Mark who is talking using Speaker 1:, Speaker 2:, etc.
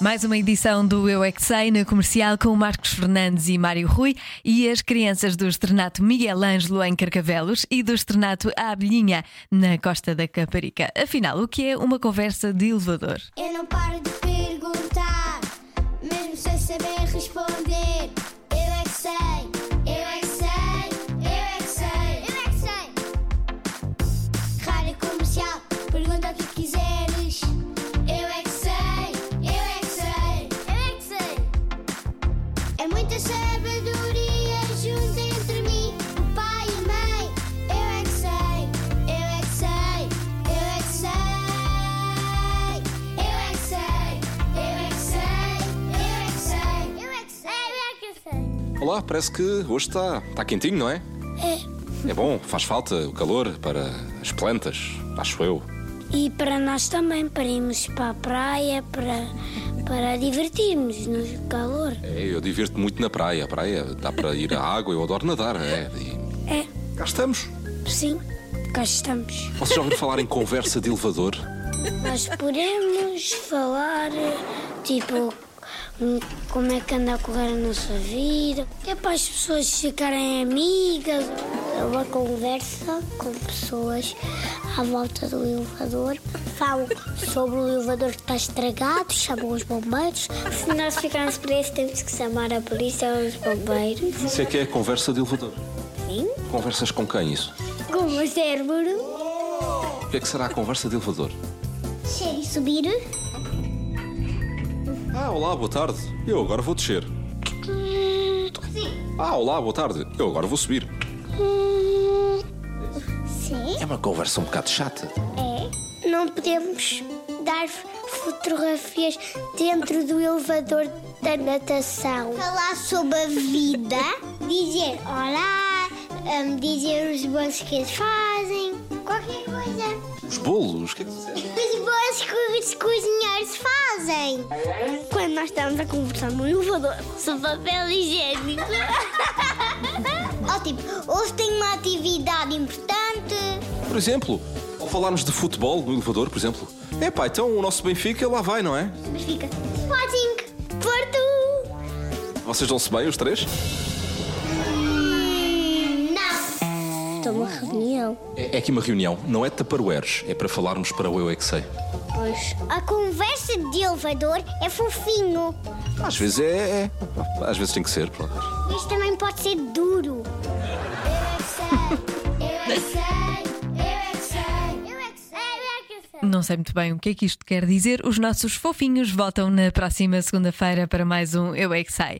Speaker 1: Mais uma edição do Eu é que Sei, na comercial com Marcos Fernandes e Mário Rui e as crianças do Estrenato Miguel Ângelo em Carcavelos e do Estrenato A Abelhinha, na Costa da Caparica. Afinal, o que é uma conversa de elevador?
Speaker 2: Eu não paro de perguntar, mesmo sem saber responder. Eu é que sei, eu é que sei, eu é que sei, eu é que sei. Rádio comercial, pergunta o que quiseres. Eu é que sei, eu é que sei, eu é que sei. É muita sabedoria junto entre mim, o pai e a mãe. Eu é que sei, eu é que sei, eu é que sei. Eu é que sei, eu é que sei, eu é que sei. Eu é que sei, eu é que sei.
Speaker 3: Olá, parece que hoje está, está quentinho, não é? É. É bom, faz falta o calor para as plantas, acho eu.
Speaker 4: E para nós também, para irmos para a praia, para, para divertirmos no calor.
Speaker 3: É, eu divirto muito na praia, a praia dá para ir à água, eu adoro nadar, é. E
Speaker 4: É,
Speaker 3: cá estamos.
Speaker 4: sim, cá estamos.
Speaker 3: Vocês já ouviram falar em conversa de elevador?
Speaker 4: Nós podemos falar, tipo, hum, como é que anda a correr a nossa vida, que é para as pessoas ficarem amigas. É uma conversa com pessoas à volta do elevador. Falam sobre o elevador que está estragado, chamam os bombeiros. Se nós ficarmos presos, temos que chamar a polícia ou os bombeiros.
Speaker 3: Isso é que é conversa de elevador.
Speaker 4: Sim.
Speaker 3: Conversas com quem isso?
Speaker 4: Com o cérebro.
Speaker 3: O que é que será a conversa de elevador?
Speaker 2: Cheiro e subir.
Speaker 3: Ah, olá, boa tarde. Eu agora vou descer.
Speaker 2: Sim.
Speaker 3: Ah, olá, boa tarde. Eu agora vou subir.
Speaker 2: Sim.
Speaker 3: É uma conversa um bocado chata.
Speaker 2: É. Não podemos dar fotografias dentro do elevador da natação. Falar sobre a vida. dizer olá, hum, dizer os bons que eles fazem. Qualquer coisa.
Speaker 3: Os bolos, o que é que fizeram?
Speaker 2: Os bons que os cozinheiros fazem. Quando nós estamos a conversar no elevador sobre papel higiênico. Ó, tipo, hoje tem uma atividade importante.
Speaker 3: Por exemplo, ao falarmos de futebol no elevador, por exemplo. É pá, então o nosso Benfica lá vai, não é?
Speaker 2: Mas fica Sporting Porto.
Speaker 3: Vocês dão-se bem, os três?
Speaker 2: Não.
Speaker 4: Estou numa reunião.
Speaker 3: É, é aqui uma reunião, não é de taparueres, é para falarmos para o Eu É Que Sei.
Speaker 4: Pois.
Speaker 2: A conversa de elevador é fofinho,
Speaker 3: Às vezes é, é. Às vezes tem que ser, pronto.
Speaker 2: mas também pode ser duro. Eu é que sei, eu é que sei, eu é que sei, eu é que sei.
Speaker 1: Não sei muito bem o que é que isto quer dizer. Os nossos fofinhos voltam na próxima segunda-feira para mais um Eu é que Sei.